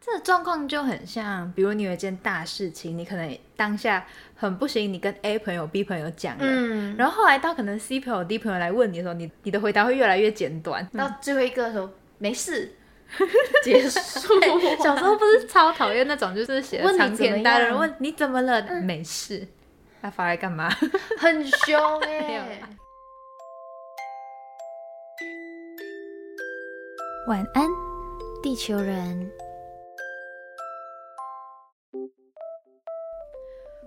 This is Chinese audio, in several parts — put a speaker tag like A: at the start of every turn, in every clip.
A: 这状况就很像，比如你有一件大事情，你可能当下很不行，你跟 A 朋友、B 朋友讲了，
B: 嗯，
A: 然后后来到可能 C 朋友、D 朋友来问你的时候，你你的回答会越来越简短。
B: 到最后一个的时候没事，结束。
A: 小时候不是超讨厌那种，就是写
B: 问
A: 的
B: 你
A: 长
B: 怎么
A: 篇大论，
B: 样
A: 问你怎么了，没事，他发来干嘛？
B: 很凶
A: 没
B: 哎、
A: 有啦晚安，
B: 地球人，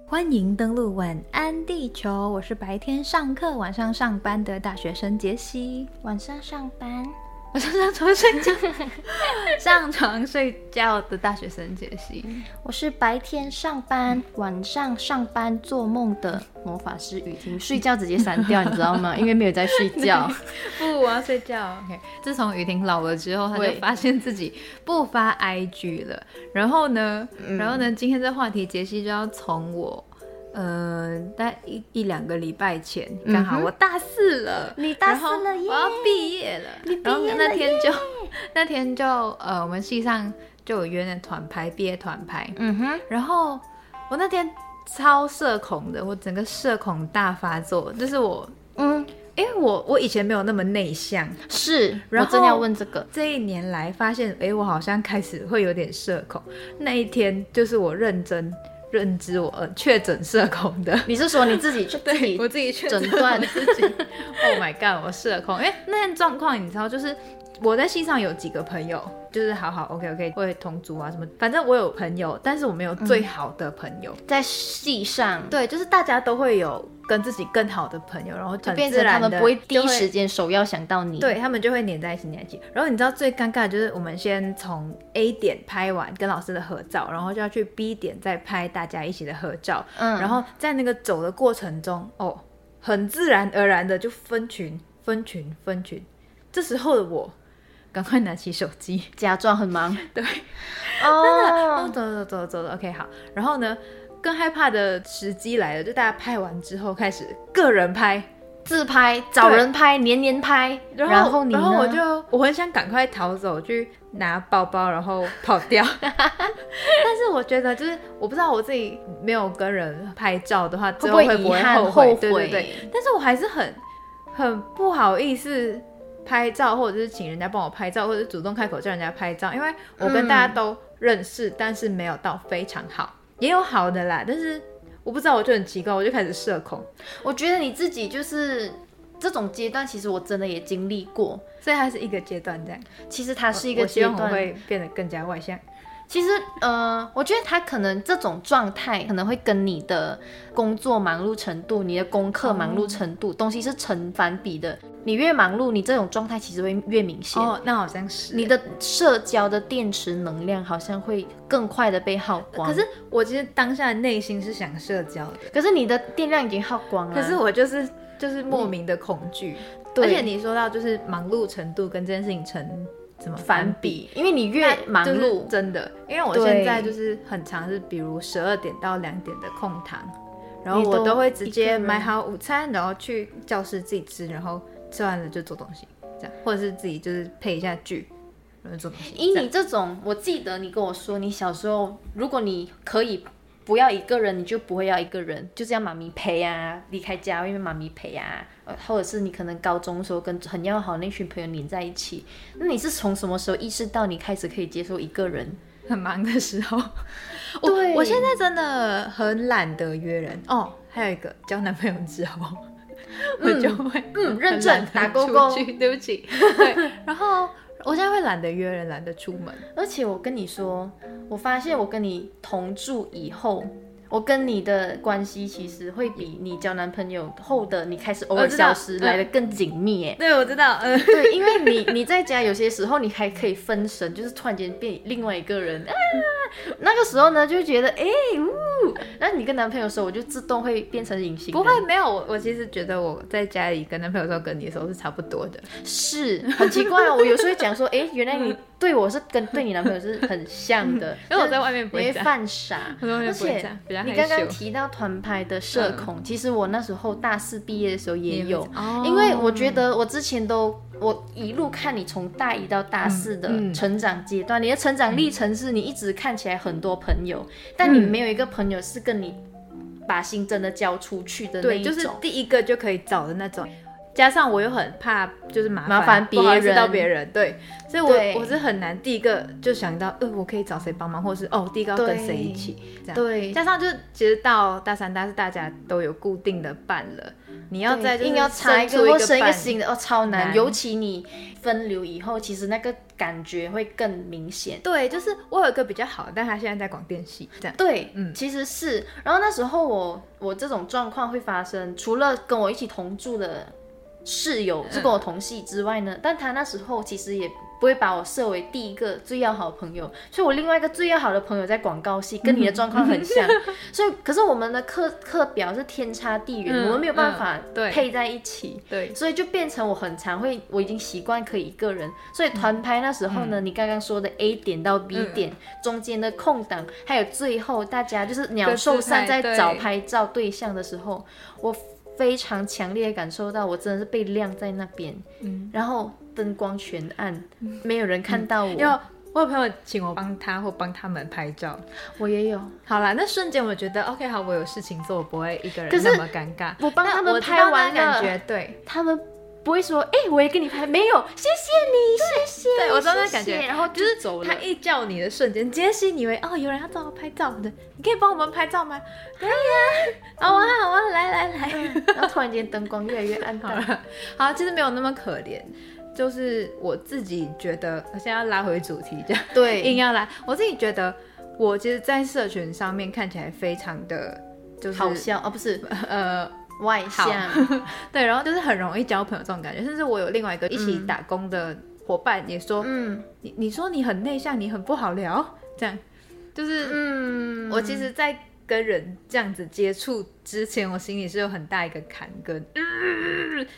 A: 欢迎登录晚安地球，我是白天上课、晚上上班的大学生杰西。
B: 晚上上班，
A: 我是上床睡 觉，上床睡觉的大学生杰西。
B: 我是白天上班，晚上上班做梦的魔法师雨婷。睡觉直接删掉，你知道 吗？因为没有在睡觉。
A: 不，我要睡觉。OK，自 从雨婷老了之后，她就
B: 喂
A: 发现自己不发 IG 了。然后呢，
B: 嗯
A: 然后呢，今天这话题杰西就要从我，呃，大概一一两个礼拜前，刚好
B: 嗯哼
A: 我大四了，
B: 你大四了
A: 然后
B: 耶
A: 我要毕业了。
B: 你毕业
A: 然后
B: 了
A: 那天就那天就呃，我们系上就有约那团拍毕业团拍，
B: 嗯哼，
A: 然后我那天超社恐的，我整个社恐大发作，就是我。
B: 嗯，
A: 因为我我以前没有那么内向，
B: 是。我
A: 然后
B: 真的要问这个，
A: 这一年来发现，哎，我好像开始会有点社恐。那一天就是我认真认知我呃确诊社恐的，
B: 你是说你 自己去自己
A: 我自己确诊
B: 诊断
A: 我自己。oh my god，我社恐，因为那天状况你知道，就是我在戏上有几个朋友，就是好好 OK OK 会同组啊什么，反正我有朋友，但是我没有最
B: 嗯
A: 好的朋友。
B: 在戏上，
A: 对，就是大家都会有跟自己更好的朋友，然后就
B: 变成他们不会第一时
A: 间。
B: 间首要想到你。
A: 对他们就会黏在一起，黏在一起。然后你知道最尴尬的就是我们先从 A 点拍完跟老师的合照，然后就要去 B 点再拍大家一起的合照。
B: 嗯
A: 然后在那个走的过程中，哦，很自然而然的就分群、分群、分群。这时候的我，赶快拿起手机，
B: 假装很忙。
A: 对，哦，
B: 哦，
A: 走走走走走，OK，好。然后呢，更害怕的时机来了，就大家拍完之后开始个人拍。
B: 自拍，找人拍，年年拍，
A: 然
B: 然
A: 后
B: 你呢？
A: 然后我就我很想赶快逃走，去拿包包，然后跑 掉。但是我觉得就是我不知道我自己没有跟人拍照的话，之
B: 会
A: 后会
B: 不会
A: 不会
B: 遗憾
A: 后悔？
B: 后
A: 对对
B: 悔
A: 对。但是我还是很很不好意思拍照，或者是请人家帮我拍照，或者是主动开口叫人家拍照，因为我跟
B: 嗯
A: 大家都认识，但是没有到非常好，也有好的啦，但是。我不知道，我就很奇怪，我就开始社恐，
B: 我觉得你自己就是这种阶段，其实我真的也经历过。
A: 所以它是一个阶段这样。
B: 其实它是一
A: 我
B: 个
A: 希
B: 阶
A: 望我
B: 段，
A: 会变得更加外向。
B: 其实呃，我觉得他可能这种状态可能会跟你的工作忙碌程度、你的功课忙碌程度、东西是成反比的。你越忙碌，你这种状态其实会越明显。
A: 哦，那好像是
B: 你。的社交的电池能量好像会更快的被耗光，
A: 可是我其实当下的内心是想社交的，
B: 可是你的电量已经耗光了。
A: 可是我就是就是莫名的恐惧。
B: 对
A: 而且嗯你说到就是忙碌程度跟这件事情成怎么
B: 反
A: 比？
B: 比，因为你越忙
A: 就是
B: 碌，
A: 真的，因为我
B: 对
A: 现在就是很常是，比如十二点到两点的空堂，然后
B: 你
A: 我
B: 都
A: 都会直
B: 一个
A: 接
B: 人
A: 买好午餐，然后去教室自己吃，然后吃完了就做东西，这样，或者是自己就是配一下剧，然后做东西。这
B: 以
A: 样
B: 你这种，我记得你跟我说，你小时候如果你可以不要一个人，你就不会要一个人，就是要妈咪陪啊，离开家因为妈咪陪啊，呃或者是你可能高中的时候跟很要好那群朋友黏在一起，那你是从什么时候意识到你开始可以接受一个人？
A: 很忙的时 候，我
B: 对
A: 我现在真的很懒得约人哦。还有一个交男朋友之后，我就会
B: 嗯认
A: 很
B: 证
A: 懒得
B: 打勾勾
A: 出去 对不起，对，然后我现在会懒得约人，懒得出门，
B: 而且我跟你说，我发现我跟你同住以后。我跟你的关系其实会比你交男朋友后的你开始偶
A: 我
B: 尔
A: 知道
B: 消失来的更紧 密耶。
A: 对我知道，嗯，
B: 对，因为你你在家有些时候你还可以分神，就是突然间变另外一个人啊。那个时候呢，就觉得哎、呜，那你跟男朋友的时候，我就自动会变成隐形
A: 不
B: 人。
A: 会没有我，我其实觉得我在家里跟男朋友的时候跟你的时候是差不多的，
B: 是很奇怪、哦，我有时候会讲说，哎、原来你对我是跟对你男朋友是很像的，
A: 因为我在外面不
B: 你会
A: 会这样，
B: 犯傻，
A: 我在外
B: 而
A: 面不会
B: 且
A: 这样，比较
B: 你
A: 害
B: 刚刚
A: 羞。嗯
B: 提到团拍的社恐，其实我那时候大四毕业的时候也有，
A: 哦
B: 因为我觉得我之前都我一路看你从大一到大四
A: 嗯
B: 的
A: 嗯
B: 成长阶段，你的成长历程是你一直看起来很多朋友，但
A: 嗯
B: 你没有一个朋友是跟你把心真的交出去的那
A: 对，
B: 一
A: 就是
B: 种。
A: 第一个就可以找的那种。加上我又很怕，就是麻
B: 麻烦别
A: 不好意思
B: 人
A: 到别人，对，所以
B: 对
A: 我我是很难第一个就想到，呃，我可以找谁帮忙，或者是哦，第一个要跟谁一起这样。
B: 对，
A: 加上就是，其实到大三、大四，大家都有固定的伴了，你要
B: 对
A: 再就是
B: 硬要插一
A: 生出
B: 个或生
A: 一
B: 一个
A: 伴
B: 新的，哦，超难。
A: 难
B: 尤其你分流以后，其实那个感觉会更明显。
A: 对，就是我有一个比较好，但他现在在广电系，这样。
B: 对，
A: 嗯
B: 其实是。然后那时候我我这种状况会发生，除了跟我一起同住的室友是跟我同系之外
A: 嗯
B: 呢，但他那时候其实也不会把我设为第一个最要好的朋友，所以我另外一个最要好的朋友在广告系，跟你的状况很像。 所以，可是我们的课课表是天差地远，
A: 嗯
B: 我们没有办法
A: 嗯对
B: 配在一起。
A: 对，
B: 所以就变成我很常会，我已经习惯可以一个人。所以团拍那时候呢，
A: 嗯
B: 你刚刚说的 A 点到 B 点、中间的空档，还有最后大家就是鸟兽散
A: 各自拍
B: 在找拍照对象的时候，我非常强烈地感受到我真的是被晾在那边，
A: 嗯
B: 然后灯光全暗，没有人看到我。
A: 因为我有朋友请我帮他或帮他们拍照，
B: 我也有，
A: 好啦，那瞬间我觉得 OK，好，我有事情做，我不会一个人
B: 可是
A: 那么尴尬。
B: 我帮
A: 那
B: 他们
A: 我知道
B: 拍
A: 那
B: 完
A: 感
B: 了，
A: 觉对，
B: 他们不会说，哎、我也跟你拍，没有，谢谢你，谢谢，
A: 对我知道那
B: 谢谢
A: 感觉
B: 然后
A: 就
B: 就是走了
A: 他。一叫你的瞬间，杰西，你以为哦，有人要找我拍照的，你可以帮我们拍照吗？可 以啊，好啊，好啊，来来来，
B: 然后突然间灯光越来越 暗
A: 好啊
B: 淡，
A: 了，好，其实没有那么可怜，就是我自己觉得，我现在要拉回主题，这样硬
B: 对，
A: 要拉，我自己觉得，我其实，在社群上面看起来非常的，哦就是
B: 好笑啊，不是
A: 呃，
B: 外 向，
A: 对，然后就是很容易交朋友这种感觉，甚至我有另外一个一起打工的伙伴也说，
B: 嗯
A: 你你说你很内向，你很不好聊，这样，就是
B: 嗯，
A: 我其实，在跟人这样子接触之前，我心里是有很大一个坎跟，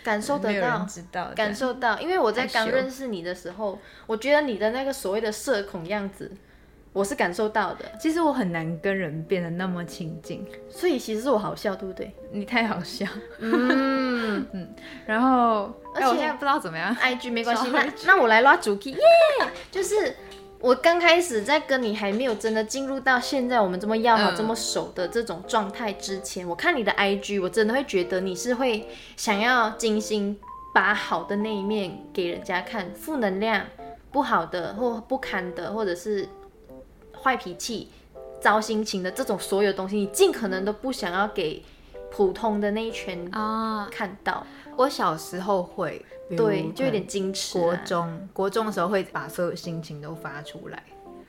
B: 感受
A: 没
B: 得
A: 有人
B: 到，
A: 知道
B: 感
A: 受
B: 受到，因为我在
A: 害
B: 刚
A: 羞
B: 认识你的时候，我觉得你的那个所谓的社恐样子，我是感受到的，
A: 其实我很难跟人变得那么亲近，
B: 所以其实是我好笑，对 不对？
A: 你太好笑。
B: 嗯
A: 然后，
B: 而
A: 哎我
B: 且
A: 现在不知道怎么样。
B: ，IG 没关系，
A: 小
B: 那那我来拉主题，耶，就是。我刚开始在跟你还没有真的进入到现在我们这么要好、
A: 嗯
B: 这么熟的这种状态之前，我看你的 IG，我真的会觉得你是会想要精心把好的那一面给人家看，负能量、不好的或不堪的，或者是坏脾气、糟心情的这种所有东西，你尽可能都不想要给普通的那一圈
A: 啊、
B: 看到。
A: 我小时候会，比如
B: 对，就有
A: 可能
B: 点矜持、啊。
A: 国中，国中的时候会把所有心情都发出来。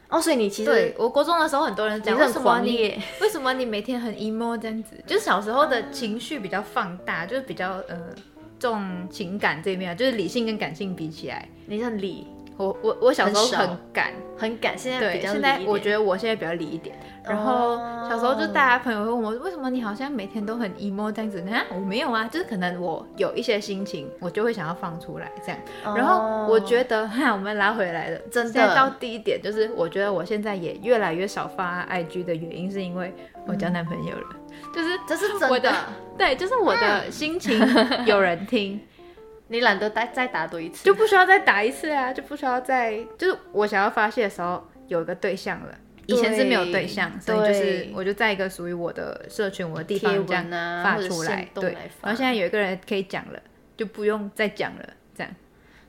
B: 哦，所以你其
A: 对
B: 实
A: 我国中的时候，很多人
B: 你
A: 讲
B: 是
A: 为
B: 很
A: 什么
B: 狂
A: 你
B: 烈，
A: 为什么你每天很 emo 这样子，就是小时候
B: 嗯
A: 的情绪比较放大，就是比较呃重情感这面，就是理性跟感性比起来，
B: 你是很理，
A: 我我我小时候
B: 很少
A: 很感，
B: 很感，现在
A: 对，
B: 比较
A: 现在我觉
B: 得
A: 得我现在比较理一点。然后
B: 哦
A: 小时候就大家朋友会问我，为什么你好像每天都很 emo 这样子？啊，我没有啊，就是可能我有一些心情，我就会想要放出来这样。然后
B: 哦
A: 我觉得，哈，我们拉回来了，
B: 真
A: 现
B: 的
A: 在到第一点，就是我觉得我现在也越来越少发 IG 的原因，是因为我交男朋友了，就是
B: 嗯这是
A: 我
B: 真
A: 的
B: 的，嗯
A: 对，就是我的心情有人听，
B: 你懒得再再打多一次，
A: 就不需要再打一次啊，就不需要再，就是我想要发泄的时候有一个对象了。以前是没有对象，
B: 对
A: 所以就是
B: 对
A: 我就在一个属于我的社群、我的地
B: 贴
A: 方这样
B: 文啊
A: 发
B: 或者
A: 出来
B: 限，动
A: 对
B: 来。发
A: 然后现在有一个人可以讲了，就不用再讲了，这样。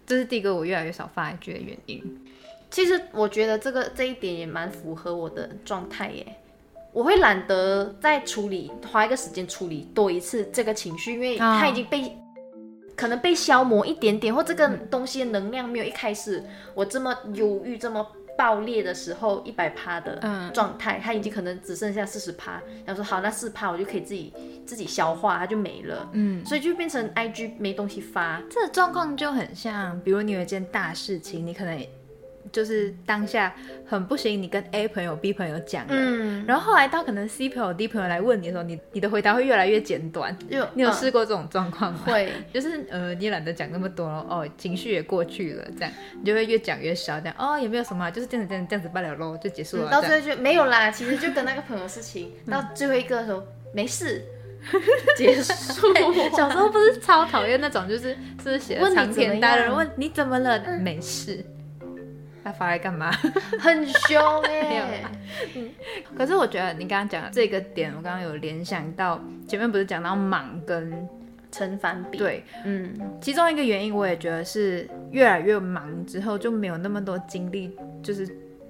A: 这是第一个我越来越少发 IG 的原因。
B: 其实我觉得这个这一点也蛮符合我的状态耶。我会懒得再处理，花一个时间处理多一次这个情绪，因为
A: 啊
B: 它已经被、可能被消磨一点点，或这个东西的能量没有一开始我这么忧郁、这么爆裂的时候一百趴的
A: 嗯
B: 状态，它已经可能只剩下四十趴。然后说好，那四趴我就可以自己自己消化，它就没了。
A: 嗯，
B: 所以就变成 IG 没东西发，
A: 这个状况就很像，比如你有一件大事情，你可能就是当下很不行，你跟 A 朋友、B 朋友讲了，
B: 嗯，
A: 然后后来到可能 C 朋友、D 朋友来问你的时候，你你的回答会越来越简短。
B: 就
A: 你有
B: 嗯
A: 试过这种状况吗？
B: 会。
A: 就是呃，你也懒得讲那么多了，哦，情绪也过去了，这样你就会越讲越少，这样哦，也没有什么啊、就是这样子这样子这样子罢了喽，就结束了。
B: 嗯，到
A: 这
B: 最
A: 样嗯
B: 后就没有啦。其实就跟那个朋友事情，到最后一个的时候没事，结束。
A: 小时候不是超讨厌那种，就是是写
B: 问
A: 的
B: 你
A: 长
B: 怎么
A: 篇大论，
B: 样嗯
A: 问你怎么了，没事，他发来干嘛？
B: 很凶哎、
A: 没有啦可是我觉得你刚刚讲的这个点，我刚刚有联想到前面不是讲到忙跟
B: 成反比。，
A: 对，
B: 嗯，
A: 其中一个原因我也觉得是越来越忙之后就没有那么多精力，就是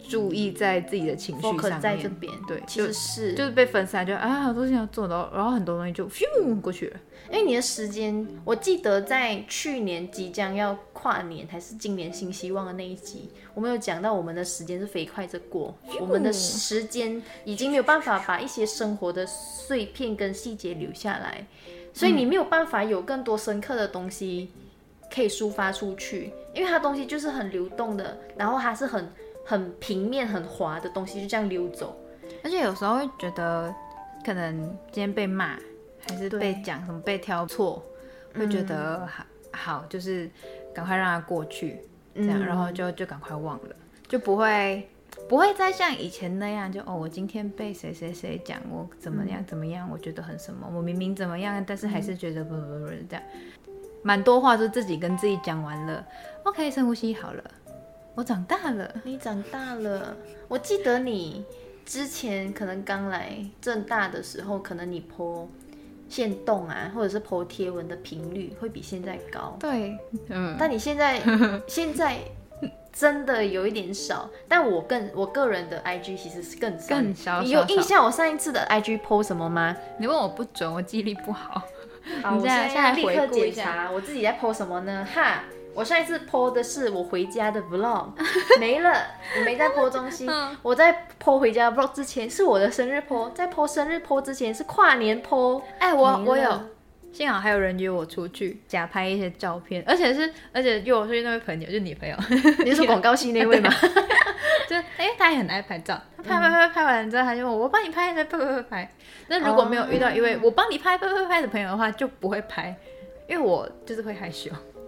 A: 注意在自己的情绪
B: focus
A: 上
B: 在这
A: 面，
B: 边，
A: 对
B: 其实是，
A: 就是被分散，就啊好多事情要做的，然后很多东西就咻过去了。
B: 因哎为你的时间，我记得在去年即将要跨年还是今年新希望的那一集，我们有讲到我们的时间是飞快着过，我们的时间已经没有办法把一些生活的碎片跟细节留下来，所以你没有办法有更多深刻的东西可以抒发出去，因为它东西就是很流动的，然后它是很很平面、很滑的东西就这样溜走。
A: 而且有时候会觉得，可能今天被骂，还是被讲什么被挑错，会觉得好、好，就是赶快让它过去，这样，然后就就赶快忘了，就不会不会再像以前那样，就哦，我今天被谁谁谁讲我怎么样怎么样，我觉得很什么，我明明怎么样，但是还是觉得不不不不这样，蛮多话就自己跟自己讲完了，OK，深呼吸好了，我长大了，
B: 你长大了，我记得你之前可能刚来正大的时候，可能你 po 线动啊，或者是 po 贴文的频率会比现在高，
A: 对，嗯，
B: 但你 现在现在真的有一点少。但我更我个人的 IG 其实是更少
A: 更少
B: 你
A: 少
B: 有印象我上一次的 IG po 什么吗？
A: 你问我不准，我记忆力不好。
B: 好，我
A: 你
B: 现
A: 再
B: 在
A: 现在
B: 要立刻
A: 回顾一
B: 检
A: 下
B: 查我自己在 PO 什么呢？哈，我上一次 PO 的是我回家的 vlog，没 了，我没在 PO 东西。
A: 嗯
B: 我在 PO 回家的 vlog 之前是我的生日 PO，在 PO 生日 PO 之前是跨年 PO。
A: 哎、我
B: 没了
A: 我有，幸好还有人约我出去假拍一些照片，而且是而且约我出去那位朋友就是你朋友，
B: 你是广告系那位吗？
A: 就是因为他也很爱拍照，他拍拍拍拍完之后，他就问我我帮你拍，拍拍拍拍。那如果没有遇到一
B: 哦
A: 位我帮你拍拍拍拍的朋友的话，就不会拍，因为我就是会害羞，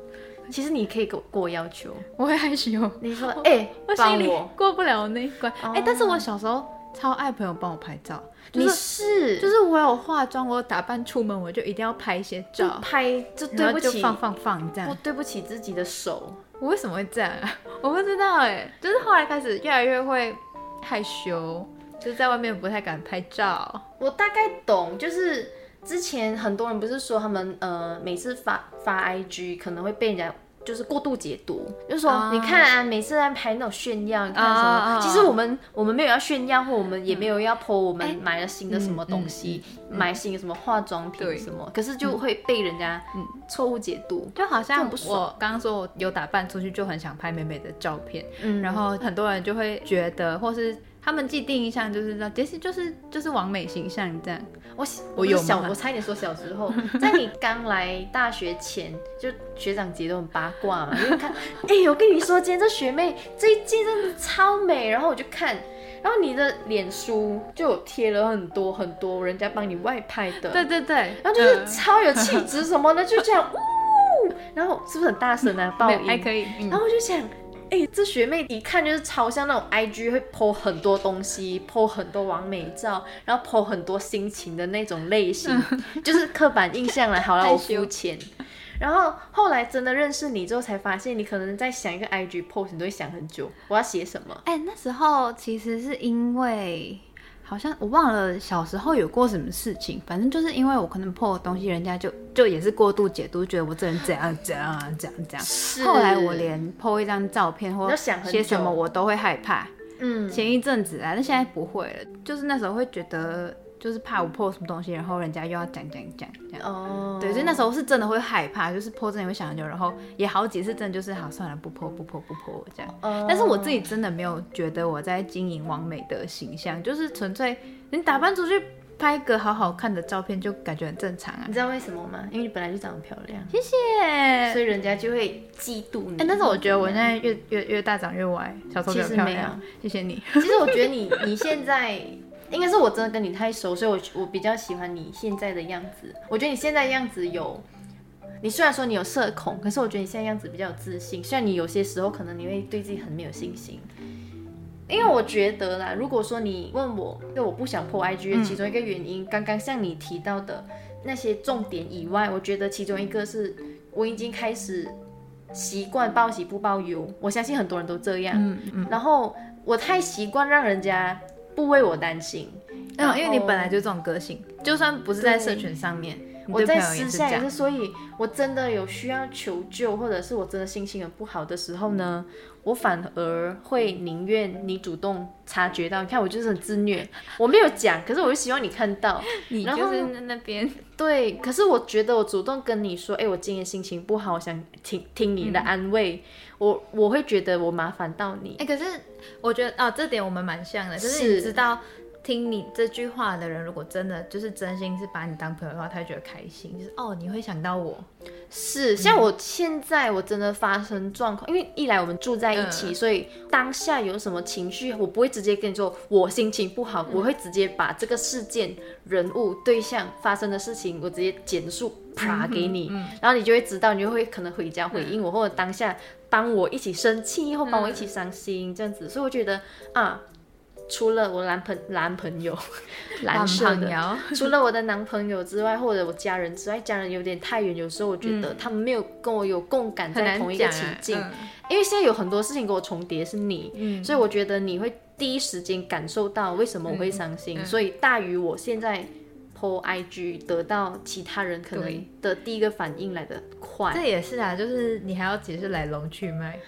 B: 其实你可以给我过要求，
A: 我会害羞，
B: 你说哎，
A: 我心
B: 帮
A: 里
B: 我，
A: 过不了那一关。哎、
B: 哦
A: 但是我小时候超爱朋友帮我拍照，就
B: 你
A: 是。
B: 是
A: 就是我有化妆，我有打扮出门，我就一定要拍一些
B: 就
A: 照，
B: 拍，就
A: 然
B: 嗯对
A: 后
B: 不
A: 就
B: 起，
A: 放放放这样
B: 不。对不起自己的手。
A: 我为什么会这样啊？ 我不知道哎、就是后来开始越来越会害羞，就是在外面不太敢拍照。
B: 我大概懂，就是之前很多人不是说他们呃每次发发 IG 可能会被人家。就是过度解读，就说、
A: 啊
B: 你看啊，每次在拍那种炫耀，你看什么？
A: 啊啊啊
B: 其实我们我们没有要炫耀，或我们也没有要 po 我
A: 嗯
B: 们买了新的什么东
A: 哎
B: 西，买新的什么化妆
A: 对嗯
B: 品什么，可是就会被人家错误解读。
A: 就好
B: 这
A: 像
B: 种不爽
A: 我刚刚说我有打扮出去，就很想拍美美的照片，
B: 嗯，
A: 然后很多人就会觉得，或是他们既定印象就是那杰西就是就是完美形象这样。
B: 我小
A: 我
B: 不是
A: 有
B: 小，
A: 吗
B: 我差一点说小时候， 在你刚来大学前，就学长姐都很八卦嘛，因为看， 哎、我跟你说，今天这学妹这一季真的超美，然后我就看，然后你的脸书就有贴了很多很多人家帮你外拍的，
A: 对，对对，
B: 然后就是
A: 嗯
B: 超有气质什么的，就这样，呜，然后是不是很大声啊？爆
A: 没
B: 音
A: 还可以，嗯
B: 然后我就想，哎、这学妹一看就是超像那种 IG 会 po 很多东西，po 很多完美照，然后 po 很多心情的那种 类型，就是刻板印象了。好了，
A: 害
B: 我
A: 羞
B: 肤浅。然后后来真的认识你之后，才发现你可能在想一个 IG post，你都会想很久，我要写什么？
A: 哎、那时候其实是因为好像我忘了小时候有过什么事情，反正就是因为我可能破的东西，人家就就也是过度解读，觉得我这人怎样怎样啊，怎样怎样。
B: 是
A: 后来我连破一张照片或
B: 要想很久
A: 写什么我都会害怕。
B: 嗯，
A: 前一阵子啊，但现在不会了，就是那时候会觉得就是怕我破什么东西，然后人家又要讲讲讲这样。
B: 哦，
A: 对，所以那时候是真的会害怕，就是破真的会想很久，然后也好几次真的就是好算了，不破不破不破这样。
B: 哦，
A: 但是我自己真的没有觉得我在经营完美的形象，就是纯粹你打扮出去拍个好好看的照片，就感觉很正常啊
B: 你。知道为什么吗？因为你本来就长得漂亮，
A: 谢谢。
B: 所以人家就会嫉妒你。
A: 哎、但是我觉得我现在越越越大长越歪，小时候比较
B: 其实
A: 漂
B: 没
A: 亮。谢谢你。
B: 其实我觉得你 你现在应该是我真的跟你太熟，所以我我比较喜欢你现在的样子。我觉得你现在的样子有，你虽然说你有社恐，可是我觉得你现在样子比较有自信。虽然你有些时候可能你会对自己很没有信心，
A: 哎、
B: 因为我觉得啦，如果说你问我，因为我不想
A: 嗯
B: 破 IG 的其中一个原因，刚刚像你提到的那些重点以外，我觉得其中一个是我已经开始习惯报喜不报忧，我相信很多人都这样。
A: 嗯嗯，
B: 然后我太习惯让人家不为我担心，然后
A: 嗯，因为你本来就这种个性，就算不是在社群上面，你
B: 我
A: 对
B: 在
A: 朋友也
B: 私
A: 是
B: 下
A: 这
B: 也
A: 样
B: 是，。所以我真的有需要求救，或者是我真的心情很不好的时候呢，我反而会宁愿你主动察觉到。你看，我就是很自虐，我没有讲，可是我就希望你看到。
A: 你
B: 然后
A: 就是那那边，
B: 对，可是我觉得我主动跟你说，哎，我今天心情不好，我想听听你的安慰，
A: 嗯
B: 我我会觉得我麻烦到你。
A: 哎、可是我觉得哦，这点我们蛮像的，就是
B: 是
A: 你知道听你这句话的人，如果真的就是真心是把你当朋友的话，他会觉得开心，就是哦，你会想到我，
B: 是，像我现在我真的发生状况，因为一来我们住在一起，
A: 嗯
B: 所以当下有什么情绪，我不会直接跟你说我心情不好，
A: 嗯
B: 我会直接把这个事件、人物、对象发生的事情，我直接简述
A: 嗯
B: 啪给你，然后你就会知道，你就会可能回家回
A: 嗯
B: 应我，或者当下帮我一起生气，或帮我一起伤心、这样子。所以我觉得啊，除了我男朋男朋友， 蓝色的
A: 朋。友，
B: 除了我的男朋友之外，或者我家人之外，家人有点太远，有时候我觉得他们没有跟我有共感
A: 嗯很
B: 在
A: 难
B: 同一个
A: 讲
B: 情
A: 啊
B: 境，
A: 嗯
B: 因为现在有很多事情跟我重叠是你，所以我觉得你会第一时间感受到为什么我
A: 嗯
B: 会伤心，所以大于我现在 po IG 得到其他人可能
A: 对
B: 的第一个反应来的快。
A: 这也是啊，就是你还要解释来龙去脉，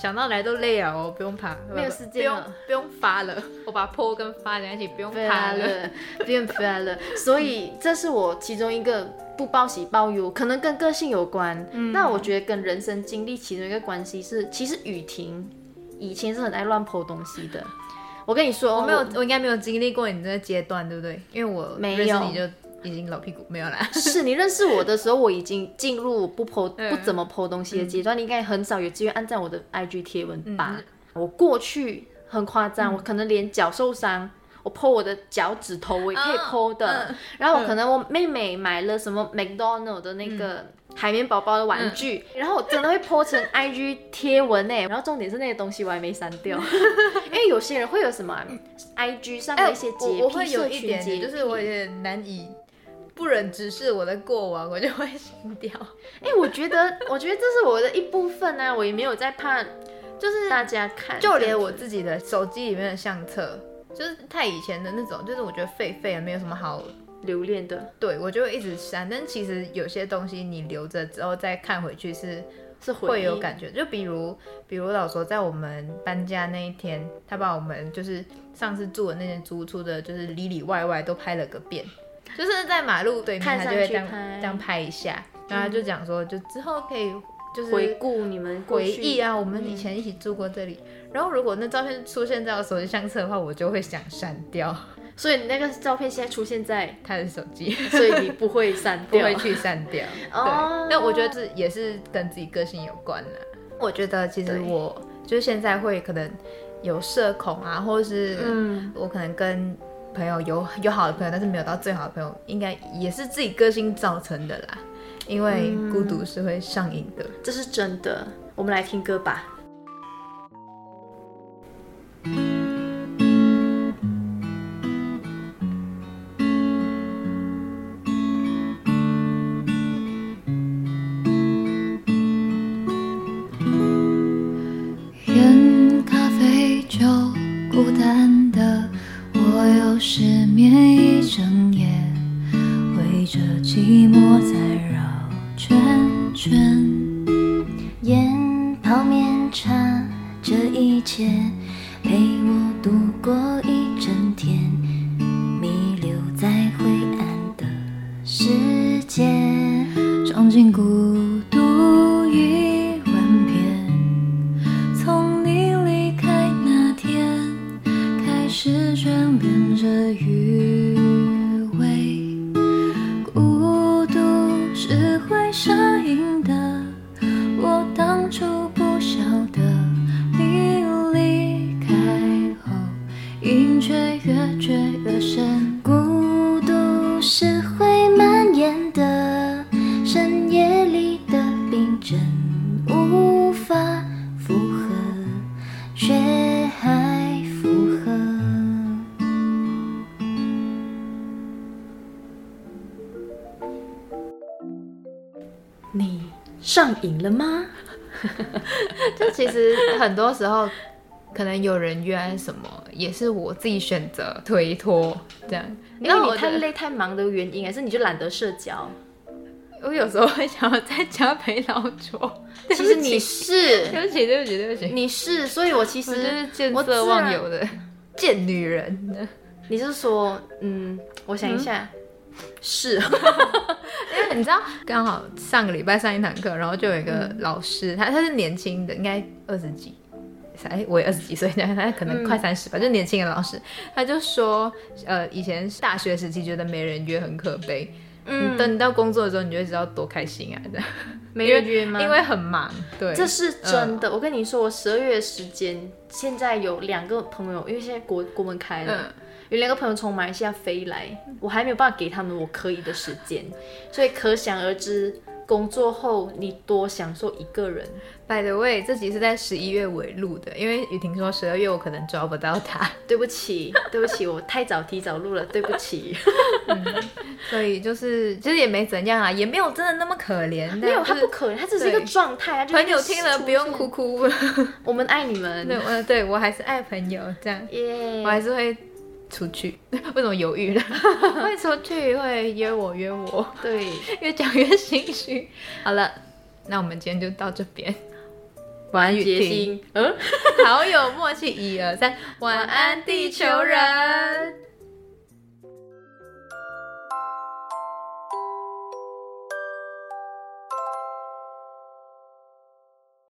A: 想到来都累了哦，不用爬，
B: 没有时间
A: 不
B: 了
A: 用不用发了，我把坡跟发连在一起，不用
B: 啊
A: 爬了。
B: 了，变快 乐。所以这是我其中一个不报喜报忧，可能跟个性有关。
A: 嗯
B: 那我觉得跟人生经历其中一个关系是，其实雨婷以前是很爱乱剖东西的。我跟你说，
A: 我没有，我应该没有经历过你这个阶段，对不对？因为我
B: 没
A: 认识
B: 有
A: 你就已经老屁股没有啦。
B: 是你认识我的时候，我已经进入不剖
A: 嗯
B: 不怎么剖东西的阶段，你应该很少有机会按赞我的 IG 贴文吧？
A: 嗯
B: 我过去很夸张，我可能连脚受伤。我剖我的脚趾头，我也可以
A: 哦
B: 剖的。
A: 嗯嗯
B: 然后我可能我妹妹买了什么 McDonald 的那个海绵宝宝的玩具，然后我真的会剖成 IG 贴文呢。然后重点是那些东西我还没删 掉，因为有些人会有什么啊 IG 上的一些洁
A: 哎我
B: 癖，
A: 我会有
B: 社
A: 一
B: 群
A: 点，
B: 洁
A: 就
B: 癖
A: 是我有点难以不忍直视我的过往，我就会心掉。
B: 哎、我觉得， 我觉得这是我的一部分啊，我也没有在怕
A: 就是
B: 大家看，
A: 就连我自己的手机里面的相册，就是太以前的那种，就是我觉得废废的，没有什么好
B: 留恋的
A: 对我就会一直删，但其实有些东西你留着之后再看回去是
B: 是回忆
A: 会有感觉，就比如比如老说在我们搬家那一天，他把我们就是上次住的那间租屋处的，就是里里外外都拍了个遍，就是在马路对面
B: 看
A: 他
B: 上
A: 就会
B: 去
A: 这样
B: 拍
A: 这样拍一下，然后他就讲说，就之后可以就是
B: 回顾你们过
A: 回
B: 去
A: 忆，啊，我们以前一起住过这里。然后如果那照片出现在我手机相册的话，我就会想删掉
B: 所以你那个照片现在出现在，
A: 他的手机。
B: 所以你不会删
A: 不
B: 掉，
A: 会去删 掉。
B: 哦
A: 对，但我觉得这也是跟自己个性有关啦。我觉得其实
B: 对
A: 我就是现在会可能有社恐啊，或者是
B: 嗯，
A: 我可能跟朋友有有好的朋友，但是没有到最好的朋友，应该也是自己个性造成的啦。因为孤独是会上瘾的。
B: 这是真的。我们来听歌吧。
C: 烟、咖啡、酒，孤单的我又失眠一整夜，围着寂寞在绕圈圈。烟、泡面、茶，这一切陪我度过一整天，弥留在灰暗的世界，装进孤独一万遍。从你离开那天开始，眷恋着余味。孤独是会上瘾的，我当初不晓得你离开后，瘾却越追越深。孤独是会蔓延的，深夜里的病症无法负荷，却还复
B: 上瘾了吗？
A: 就其实很多时候，可能有人约还是什么，也是我自己选择推脱这样。
B: 因为
A: 那我
B: 你太
A: 的，
B: 累太忙的原因，还是你就懒得社交？
A: 我有时候会想要在家陪老卓。
B: 其实你是
A: 对不起，对不起，对不起，
B: 你是，所以我其
A: 我
B: 实
A: 就是见
B: 我自
A: 色
B: 然
A: 忘友的贱女 人。
B: 你是说，嗯，我想一下，是
A: 因为你知道，刚好上个礼拜上一堂课，然后就有一个老师，他他是年轻的，应该二十几，哎，我也二十几岁，他可能快三十吧，就年轻的老师，他就说，呃，以前大学时期觉得没人约很可悲，嗯，等你到工作的时候，你就会知道多开心啊，这样，
B: 没人约吗？
A: 因为很忙，对，嗯
B: 这是真的。我跟你说，我十二月时间现在有两个朋友，因为现在国国门开了。
A: 嗯
B: 有两个朋友从马来西亚飞来，我还没有办法给他们我可以的时间，所以可想而知，工作后你多享受一个人。
A: By the way，这集是在十一月尾录的，因为雨婷说十二月我可能抓不到他，
B: 对不 起，对不起，我太早提早录了，对不起。
A: 所以就是其实也没怎样啊，也没有真的那么可怜，但
B: 啊没有，
A: 就
B: 他
A: 是
B: 不可能，他只是一个
A: 对
B: 状态啊。就是
A: 朋友听了不用哭，哭。
B: 我们爱你 们。
A: 对，我对我还是爱朋友这 样，
B: 耶
A: 我还是会出去。 为什么犹 豫了？会出去，会约我约我，
B: 对，
A: 越讲越心虚。好了，那我们今天就到这边。晚安，雨
B: 决
A: 婷。
B: 心。嗯。
A: 好有默契，一二三，晚安，地球人。